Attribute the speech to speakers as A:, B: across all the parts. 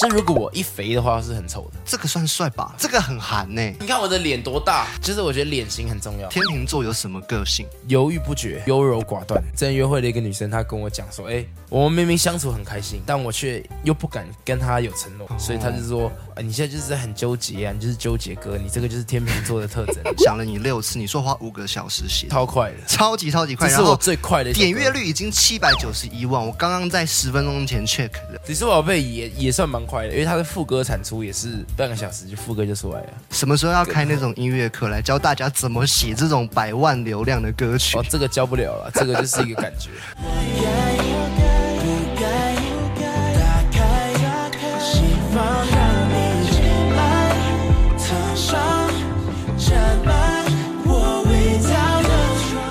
A: 但如果我一肥的话，是很丑的。
B: 这个算帅吧？这个很韩呢、
A: 你看我的脸多大，就是我觉得脸型很重要。
B: 天秤座有什么个性？
A: 犹豫不决、优柔寡断。之前约会的一个女生，她跟我讲说：“哎、我们明明相处很开心，但我却又不敢跟她有承诺，
B: 哦
A: 所以她就说、啊你现在就是很纠结啊，你就是纠结哥，你这个就是天秤座的特 征，
B: 想了你六次，你说花五个小时写，
A: 超快的，
B: 超级超级快，
A: 这是
B: 然
A: 我
B: 后
A: 最快的一首歌
B: 点阅。率已经七百九十一万，我刚刚在十分钟前 check 的。
A: 只是宝贝也也算蛮快的，因为她的副歌产出也是半个小时就副歌就出来了。
B: 什么时候要开那种音乐课来教大家怎么写这种百万流量的歌曲
A: 哦？，这个教不了了，这个就是一个感 觉。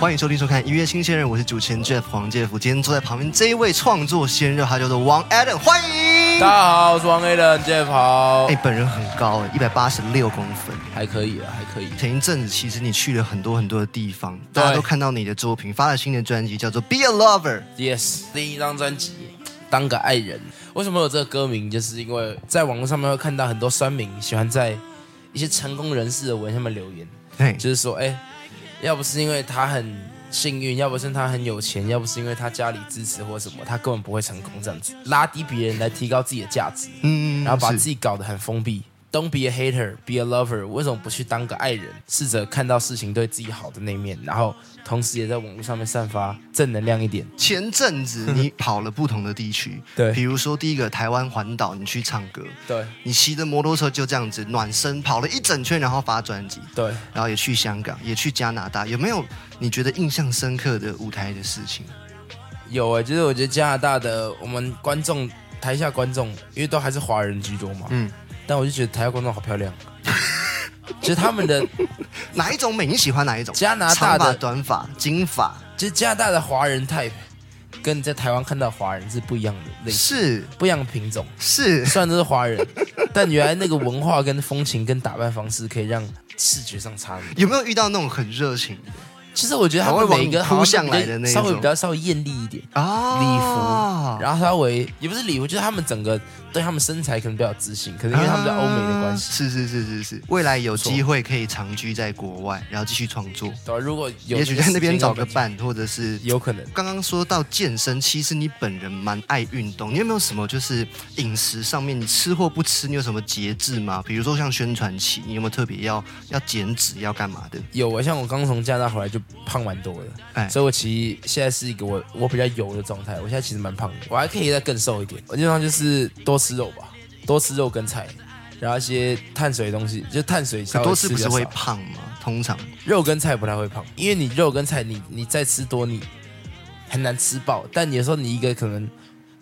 B: 欢迎收听收看《音乐新鲜人》，我是主持人 Jeff 黄介夫。今天坐在旁边这一位创作鲜肉，他叫做王 Adam，欢迎。
A: 大家好，我是王 A 的 Jeff 好
B: 哎、，本人很高，一百八十六公分。
A: 还可以啊，还可以。
B: 前一阵子，其实你去了很多很多的地方，大家
A: 对
B: 都看到你的作品，发了新的专辑，叫做《Be a Lover》。
A: Yes，第一张专辑《当个爱人》。为什么有这个歌名？就是因为在网络上面会看到很多酸民喜欢在一些成功人士的文下面留言，
B: 嘿，
A: 就是说，哎、要不是因为他很幸运，要不是他很有钱，要不是因为他家里支持或什么，他根本不会成功。这样子拉低别人来提高自己的价值，
B: 嗯
A: 然后把
B: 是
A: 自己搞得很封闭。Don't be a hater, be a lover。为什么不去当个爱人？试着看到事情对自己好的那一面，然后同时也在网络上面散发正能量一点。
B: 前阵子你跑了不同的地区，
A: 对
B: 比如说第一个台湾环岛，你去唱歌，
A: 对
B: 你骑着摩托车就这样子暖身跑了一整圈，然后发专辑，
A: 对，
B: 然后也去香港，也去加拿大，有没有你觉得印象深刻的舞台的事情？
A: 有哎、就是我觉得加拿大的我们观众台下观众，因为都还是华人居多嘛，
B: 嗯
A: 嗯，但我就觉得台下观众好漂亮，就是他们的，
B: 哪一种美？你喜欢哪一种？
A: 加拿大
B: 长
A: 的
B: 发、短发、金发
A: 就是加拿大的华人 type，跟你在台湾看到的华人是不一样的类型，
B: 是
A: 不一样的品种。
B: 是，
A: 虽然都是华人，但原来那个文化跟风情跟打扮方式可以让视觉上差异。
B: 有没有遇到那种很热情的
A: 其实我觉得他们每一个好像都比较稍微比较稍微艳丽一点，
B: 啊？
A: 然后稍微也不是礼服，就是他们整个对他们身材可能比较有自信，可能因为他们在欧美的关系。
B: 啊是是是是是，未来有机会可以长居在国外，然后继续创作，
A: 对啊、如果有
B: 也许在那边找个
A: 个时间
B: 伴，或者是
A: 跟，有可能。
B: 刚刚说到健身，其实你本人蛮爱运动，你有没有什么就是饮食上面你吃或不吃，你有什么节制吗？比如说像宣传期，你有没有特别要要减脂要干嘛的？
A: 有啊，像我刚从加拿大回来就胖蛮多的，
B: 哎
A: 所以我其实现在是一个我我比较油的状态，我现在其实蛮胖的，我还可以再更瘦一点。我基本上就是多吃肉吧，多吃肉跟菜，然后一些碳水的东西，就碳水稍
B: 可
A: 微
B: 多吃
A: 比
B: 不是
A: 较
B: 会
A: 少
B: 胖吗？通常
A: 肉跟菜不太会胖，因为你肉跟菜你你再吃多你很难吃饱，但有时候你一个可能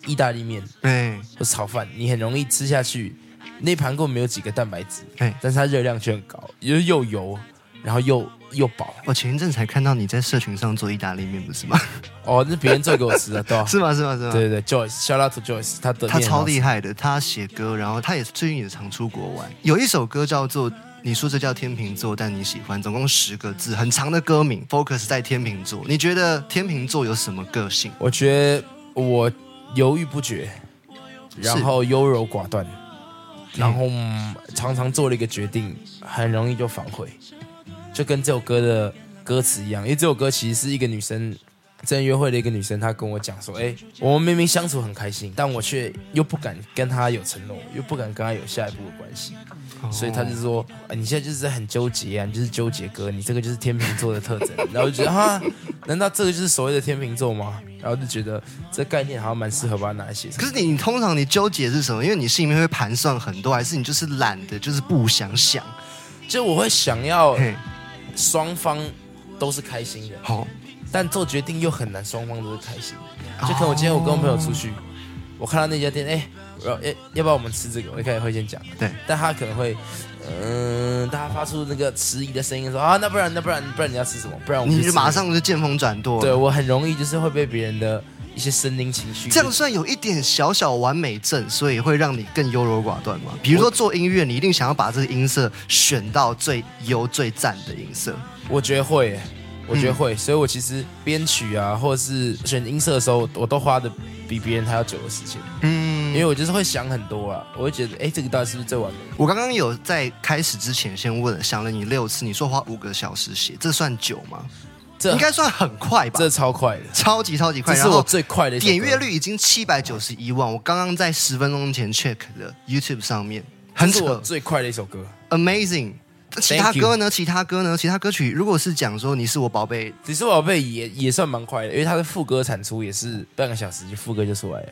A: 意大利面
B: 对，
A: 或炒饭，你很容易吃下去，那盘根本没有几个蛋白质，
B: 哎
A: 但是它热量却很高，就是又油，然后又又饱。
B: 我前一阵才看到你在社群上做意大利面，不是吗？
A: 哦，那别人做给我 吃的，对吧、
B: 是吗？是吗？是吗？
A: 对对对，Joyce，shout out to Joyce，他的
B: 他超厉
A: 害。
B: 害的，他写歌，然后他也最近也常出国玩。有一首歌叫做《你说这叫天秤座，但你喜欢》，总共十个字，很长的歌名，focus 在天秤座。你觉得天秤座有什么个性？
A: 我觉得我犹豫不决，然后优柔寡断，然后、嗯常常做了一个决定，很容易就反悔，就跟这首歌的歌词一样。因为这首歌其实是一个女生正约会的一个女生，她跟我讲说：“哎、我们明明相处很开心，但我却又不敢跟她有承诺，又不敢跟她有下一步的关系。”所以他就说、啊你现在就是很纠结啊，你就是纠结哥，你这个就是天秤座的特征。 然后我就觉得哈，难道这个就是所谓的天秤座吗？然后就觉得这概念好像蛮适合把它拿来写上。
B: 可是你，你通常你纠结是什么？因为你心里面会盘算很多，还是你就是懒得，就是不想想？
A: 就我会想要
B: 嘿，
A: 双方都是开心的，
B: 好、
A: 但做决定又很难双方都是开心的。就可能我今天我跟我朋友出
B: 哦
A: 去，我看到那家店，哎、要要要不要我们吃这个？我一开始会先讲，
B: 对，
A: 但他可能会，嗯、大家发出那个迟疑的声音说啊，那不然那不然不然你要吃什么？不然我们
B: 你
A: 去
B: 就
A: 吃
B: 马上就见风转舵。
A: 对，我很容易就是会被别人的一些声音情绪
B: 这样算有一点小小完美症，所以会让你更优柔寡断嘛。比如说做音乐，你一定想要把这个音色选到最优、最赞的音色。
A: 我觉得会耶，
B: 嗯
A: 我觉得会，所以我其实编曲啊，或者是选音色的时候，我都花的比别人还要久的时间。
B: 嗯，
A: 因为我就是会想很多啊，我会觉得，哎，这个到底是不是最完美？
B: 我刚刚有在开始之前先问了，想了你六次，你说花五个小时写，这算久吗？
A: 这
B: 应该算很快吧，
A: 这超快的，
B: 超级超级快。
A: 这
B: 然
A: 是我
B: 后
A: 最快的一首歌
B: 点阅，率已经七百九十一万，我刚刚在十分钟前 check 的 YouTube 上面，
A: 这
B: 很
A: 是我
B: 扯
A: 最快的一首歌，
B: ，amazing。其他歌呢？其他歌呢？其他歌曲如果是讲说你是我宝贝，
A: 只是宝贝也也算蛮快的，因为它的副歌产出也是半个小时，就副歌就出来了，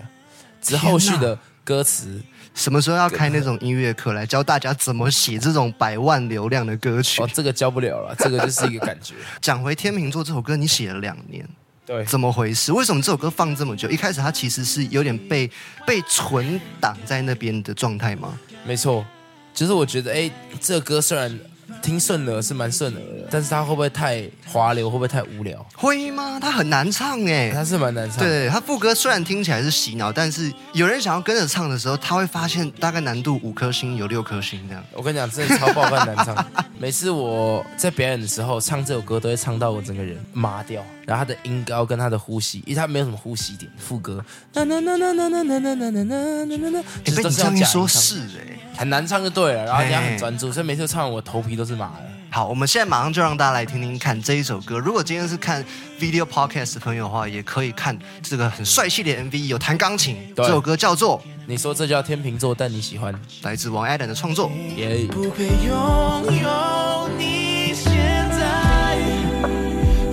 A: 只是后续的歌词
B: 什么时候要开那种音乐课来教大家怎么写这种百万流量的歌曲
A: 哦，？这个教不了了，这个就是一个感 觉，
B: 讲回《天秤座》这首歌，你写了两年，
A: 对，
B: 怎么回事？为什么这首歌放这么久？一开始它其实是有点被被存档在那边的状态吗？
A: 没错，就是我觉得，哎，这个歌虽然听顺耳是蛮顺耳的，但是它会不会太滑溜？会不会太无聊？
B: 会吗？它很难唱哎、
A: 它是蛮难唱的。
B: 对，它副歌虽然听起来是洗脑，但是有人想要跟着唱的时候，他会发现大概难度五颗星有六颗星这样。
A: 我跟你讲，真的超爆肝难唱。每次我在表演的时候唱这首歌，都会唱到我整个人麻掉。然后他的音高跟他的呼吸，因为他没有什么呼吸点，副歌那那那那那那那那那那那那那，
B: 哎、
A: 就是
B: 被
A: 都
B: 你
A: 是
B: 这
A: 要
B: 样一
A: 假
B: 说，
A: 音唱
B: 是哎、
A: 很难唱就对了。然后人家
B: 嘿
A: 很专注，所以每次唱完我头皮都是麻的。
B: 好，我们现在马上就让大家来听听看这一首歌。如果今天是看 video podcast 的朋友的话，也可以看这个很帅气的 MV，有弹钢琴。
A: 对
B: 这首歌叫做
A: 你说这叫天秤座，但你喜欢
B: 来自王 Adam 的创作。
A: 耶
C: 不配拥有你现在，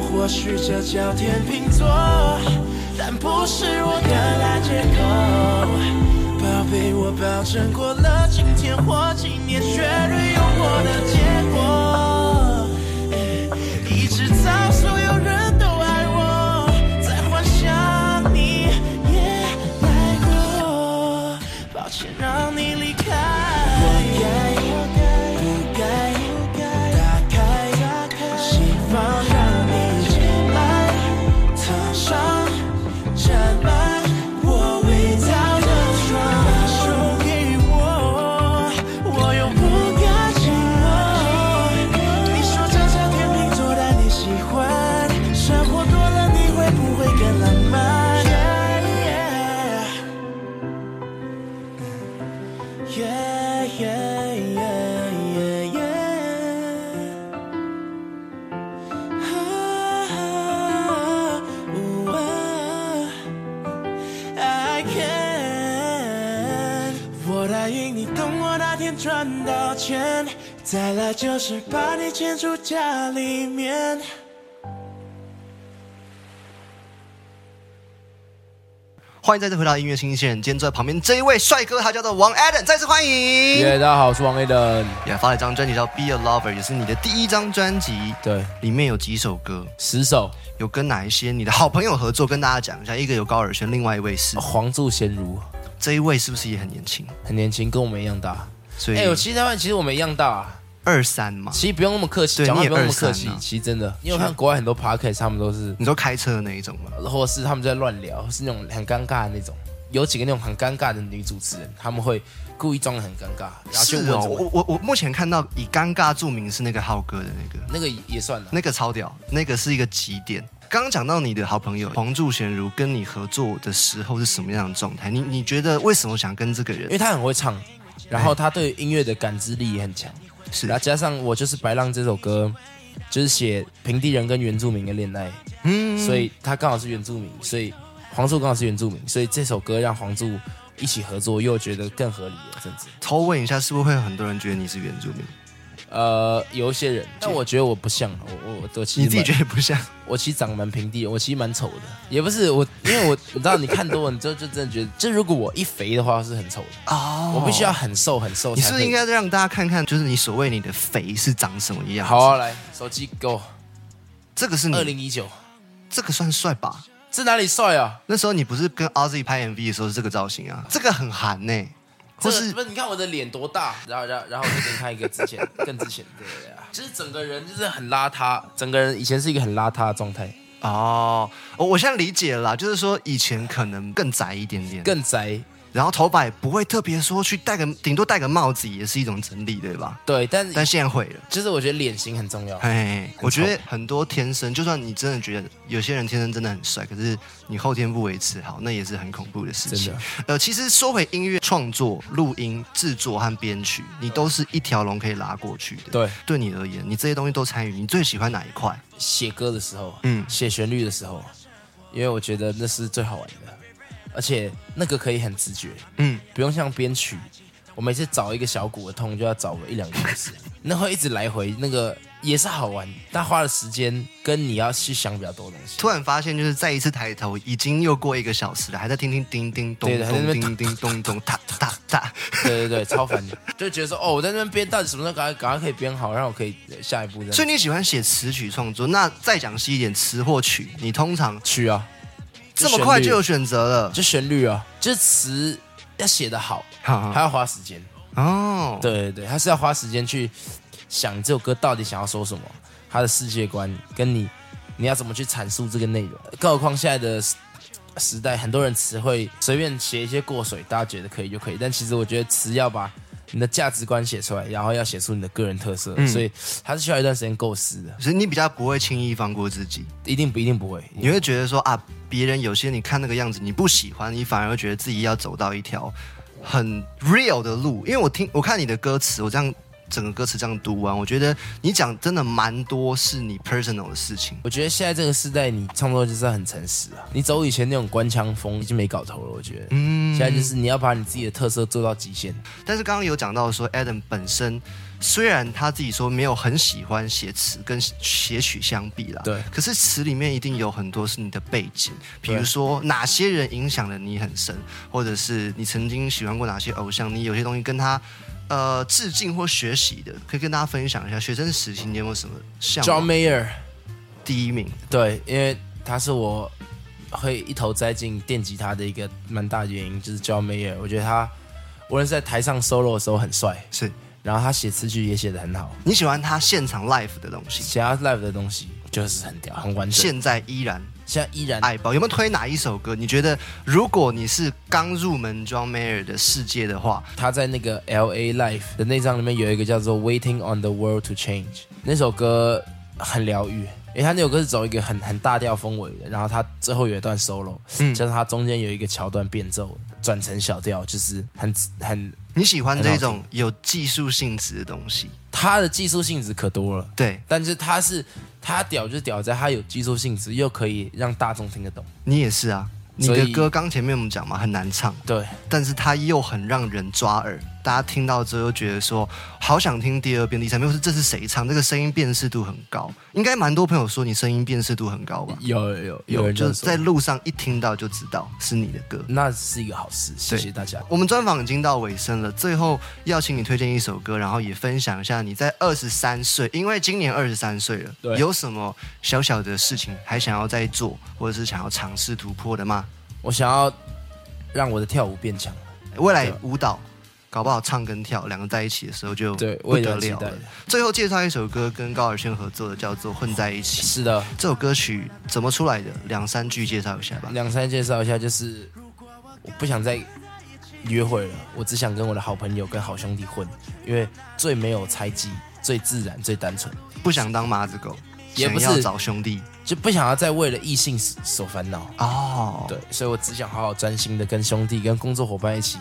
C: 或许这叫天秤座，但不是我的烂借口。宝贝，我保证过了今天或今年，绝对有我的结果。一直到所有人都爱我，再幻想你也来过。抱歉让你离开，我该不该打开心房让你进来，躺上沾满我味道的床，把手给我，我又不该紧握。你说这叫天秤座，但你喜欢。生活多了，你会不会更浪漫？Yeah, yeah, yeah, yeah, yeah. 啊呜啊 I can。我答应你，等我那天赚到钱，再来就是把你牵出家里面。
B: 欢迎再次回到音乐新鲜人，今天坐在旁边这一位帅哥，他叫做王 Adam，再次欢迎。
A: 耶，大家好，我是王 A 的。
B: 也发了一张专辑叫《Be a Lover》，也是你的第一张专辑，
A: 对，
B: 里面有几首歌，
A: 十首
B: 有跟哪一些你的好朋友合作？跟大家讲一下，一个有高尔宣，另外一位是
A: 黄柱贤如，
B: 这一位是不是也很年轻？
A: 很年轻，跟我们一样大。
B: 所以
A: 哎，我其实台湾其实我们一样大啊。
B: 二三嘛，
A: 其实不用那么客气，
B: 对
A: 讲话
B: 你也
A: 不用那么客
B: 23
A: 气
B: 啊。
A: 其实真的，因为我看国外很多 podcast，他们都是，
B: 你说开车的那一种吗？
A: 或者是他们就在乱聊，是那种很尴尬的那种。有几个那种很尴尬的女主持人，他们会故意装得很尴尬，然后去
B: 是
A: 问
B: 哦，
A: 这个问
B: 我我我目前看到以尴尬著名是那个浩哥的那个，
A: 那个也算了。
B: 那个超屌，那个是一个极点。刚刚讲到你的好朋友黄柱贤如跟你合作的时候是什么样的状态？你你觉得为什么想跟这个
A: 因
B: 人
A: 为他很会唱，然后他对音乐的感知力也很强，
B: 是
A: 然后加上我就是《白浪》这首歌，就是写平地人跟原住民的恋爱，
B: 嗯
A: 所以他刚好是原住民，所以黄柱刚好是原住民，所以这首歌让黄柱一起合作，又觉得更合理了，甚至。
B: 偷问一下，是不是会有很多人觉得你是原住民？
A: 呃，有一些人，但我觉得我不像，我我我其实
B: 你自己
A: 蛮
B: 觉得不 像？
A: 我其实长得蛮平地的，我其实蛮丑的，也不是我，因为我你知道，你看多了，你就就真的觉得，就如果我一肥的话是很丑的，
B: 哦
A: 我必须要。很瘦很瘦
B: 你
A: 才
B: 是不
A: 可
B: 是
A: 以。
B: 应该让大家看看，就是你所谓你的肥是长什么样子？
A: 好啊，来手机给我，
B: 这个是
A: 二
B: 你，
A: 零一九，
B: 这个算帅吧？
A: 这哪里帅啊？
B: 那时候你不是跟 Ozzy 拍 MV 的时候是这个造型啊？这个很韩呢、
A: 这
B: 或
A: 个
B: 是
A: 不是？你看我的脸多大，然后然后然后我就给你看一个之 前更之前的，对啊，就是整个人就是很邋遢，整个人以前是一个很邋遢的状态，
B: 哦，我我现在理解了啦，就是说以前可能更宅一点点，
A: 更宅，
B: 然后头发也不会特别说去戴个，顶多戴个帽子也是一种整理，对吧？
A: 对，但
B: 但现在会了。
A: 就是我觉得脸型很重要。
B: 哎，
A: 丑
B: 我觉得很多天生，就算你真的觉得有些人天生真的很帅，可是你后天不维持好，那也是很恐怖的事情
A: 真的。
B: 呃，其实说回音乐创作、录音、制作和编曲，你都是一条龙可以拉过去的。，
A: 对，
B: 对你而言，你这些东西都参与，你最喜欢哪一块？
A: 写歌的时候，
B: 嗯
A: 写旋律的时候，因为我觉得那是最好玩的，而且那个可以很直觉，
B: 嗯，
A: 不用像编曲，我每次找一个小鼓的痛就要找个一两个小 时，那会一直来回，那个也是好玩，但花的时间跟你要去想比较多东西。
B: 突然发现，就是再一次抬头，已经又过一个小时了，还在听听叮叮咚
A: 对还在那
B: 咚
A: 边
B: 叮叮咚咚哒哒哒。
A: 对对对，超烦的，就觉得说哦，我在那边编到底什么时候赶快赶快可以编好，让我可以呃下一步这
B: 所
A: 样
B: 以你喜欢写词曲创作？那再讲细一点，词或曲，你通常
A: 去啊，
B: 这么快就有
A: 有
B: 选择了？
A: 就旋律啊，就是词要写得好，
B: 好好
A: 还要花时间。
B: 哦，
A: 对对对，他是要花时间去想这首歌到底想要说什么，他的世界观跟你你要怎么去阐述这个内容。更何况现在的时时代，很多人词汇随便写一些过水，大家觉得可以就可以，但其实我觉得词要把你的价值观写出来，然后要写出你的个人特色，
B: 嗯
A: 所以它是需要一段时间构思的，
B: 所以你比较不会轻易放过自己，
A: 一定不一定不会。
B: 你会觉得说啊，别人有些你看那个样子你不喜欢，你反而会觉得自己要走到一条很 real 的路。因为我听我看你的歌词，我这样整个歌词这样读完，我觉得你讲真的蛮多是你 personal 的事情。
A: 我觉得现在这个时代，你创作就是要很诚实啊，你走以前那种官腔风已经没搞头了，我觉得。
B: 嗯
A: 现在就是你要把你自己的特色做到极限，
B: 但是刚刚有讲到说，Adam 本身虽然他自己说没有很喜欢写词跟写曲相比啦，
A: 对
B: 可是词里面一定有很多是你的背景，比如
A: 对
B: 说哪些人影响了你很深，或者是你曾经喜欢过哪些偶像，你有些东西跟他。呃，致敬或学习的，可以跟大家分享一下。学生时期你有没有什么像
A: John Mayer，
B: 第一名？
A: 对，因为他是我会一头栽进电吉他的一个蛮大的原因，就是 John Mayer。我觉得他无论是在台上 solo 的时候很帅，
B: 是
A: 然后他写词曲也写得很好，
B: 你喜欢他现场 live 的东西，
A: 写他 live 的东西就是很屌，很完整。现
B: 现在依然
A: 现在依然
B: 爱包有没有推哪一首歌？你觉得如果你是刚入门 John Mayer 的世界的话，
A: 他在那个 L A Life 的那张里面有一个叫做《Waiting on the World to Change》那首歌很疗愈，因为他那首歌是走一个很很大调风尾的，然后他最后有一段 solo，、加上他中间有一个桥段变奏转成小调，就是很很
B: 你喜欢这种有技术性质的东西？
A: 他的技术性质可多了，
B: 对
A: 但是他是他屌就屌在他有技术性质，又可以让大众听得懂。
B: 你也是啊。你
A: 所
B: 的
A: 以
B: 歌刚前面我们讲嘛，很难唱，
A: 对，
B: 但是它又很让人抓耳，大家听到之后又觉得说好想听第二遍、第三遍，或是这是谁唱？这个声音辨识度很高，应该蛮多朋友说你声音辨识度很高吧？
A: 有有有人
B: 就是
A: 这
B: 在
A: 样说
B: 路上一听到就知道是你的歌。
A: 那是一个好事，谢谢大家。
B: 我们专访已经到尾声了，最后要请你推荐一首歌，然后也分享一下你在二十三岁，因为今年二十三岁了，
A: 对
B: 有什么小小的事情还想要再做，或者是想要尝试突破的吗？
A: 我想要让我的跳舞变强，
B: 未来
A: 对啊
B: 舞蹈搞不好唱跟跳两个在一起的时候就
A: 对
B: 不
A: 我也
B: 得
A: 蛮期
B: 了
A: 待
B: 了
A: 的。
B: 最后介绍一首歌，跟高尔宣合作的，叫做《混在一起》。
A: 是的，
B: 这首歌曲怎么出来的？两三句介绍一下吧。
A: 两三介绍一下，就是我不想再约会了，我只想跟我的好朋友、跟好兄弟混，因为最没有猜忌、最自然、最单纯，
B: 不想当麻子狗，
A: 也不
B: 想要
A: 是
B: 找兄弟
A: 就不想要再为了异性所烦恼。
B: 哦。
A: 对，所以我只想好好专心的跟兄弟、跟工作伙伴一起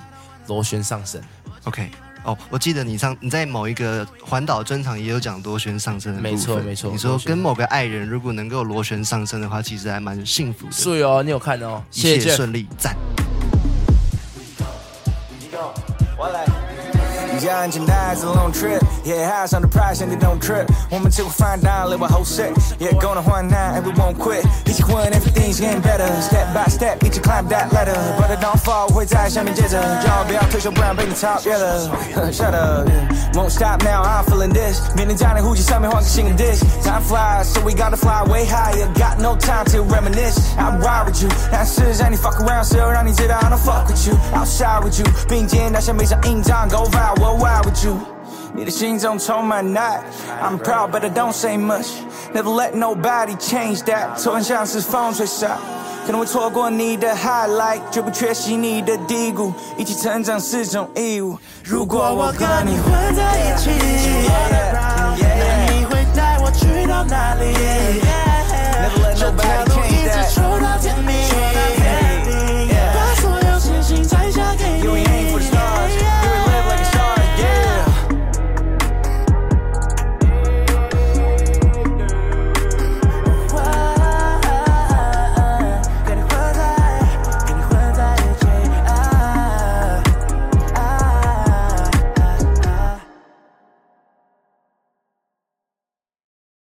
A: 螺旋上升。
B: OK，哦，我记得你上你在某一个环岛专场也有讲螺旋上升的部分
A: 没错没错
B: 你说
A: 螺旋
B: 跟某个爱人如果能够螺旋上升的话，其实还蛮幸福的，
A: 所以哦，你有看哦？
B: 一
A: 谢
B: 切
A: 谢 Jeff
B: 顺利，赞。
D: Y'all and your eyes a long trip. Yeah, highs on the prize and they don't trip. Woman till we find out, live a whole set. Yeah, going to one nine and we won't quit. Each one, everything's getting better. Step by step, each you climb that ladder. Brother, don't fall, with eyes, I'm in jizzer. Y'all be out, push your brown, bring the top yellow. Shut up, yeah. won't stop now, I'm feeling this. Me and Johnny, who just tell me, hung singing this. Time flies, so we gotta fly way higher. Got no time to reminisce. I ride with you. That's serious, I ain't fuck around, so I need to, I don't fuck with you. Outside with you, being Jin, that's your major in John, go viral, worldwide with you. Need a jeans on tone my night. I'm proud, but I don't say much. Never let nobody change that. So in chances phones we shot. 可能会错过你的 highlight，绝不缺席你的低谷，一起成长是种义务。如果我和
C: 跟
D: 你
C: 你混在一起，那你会带我去到哪里？这条路一直走到天明。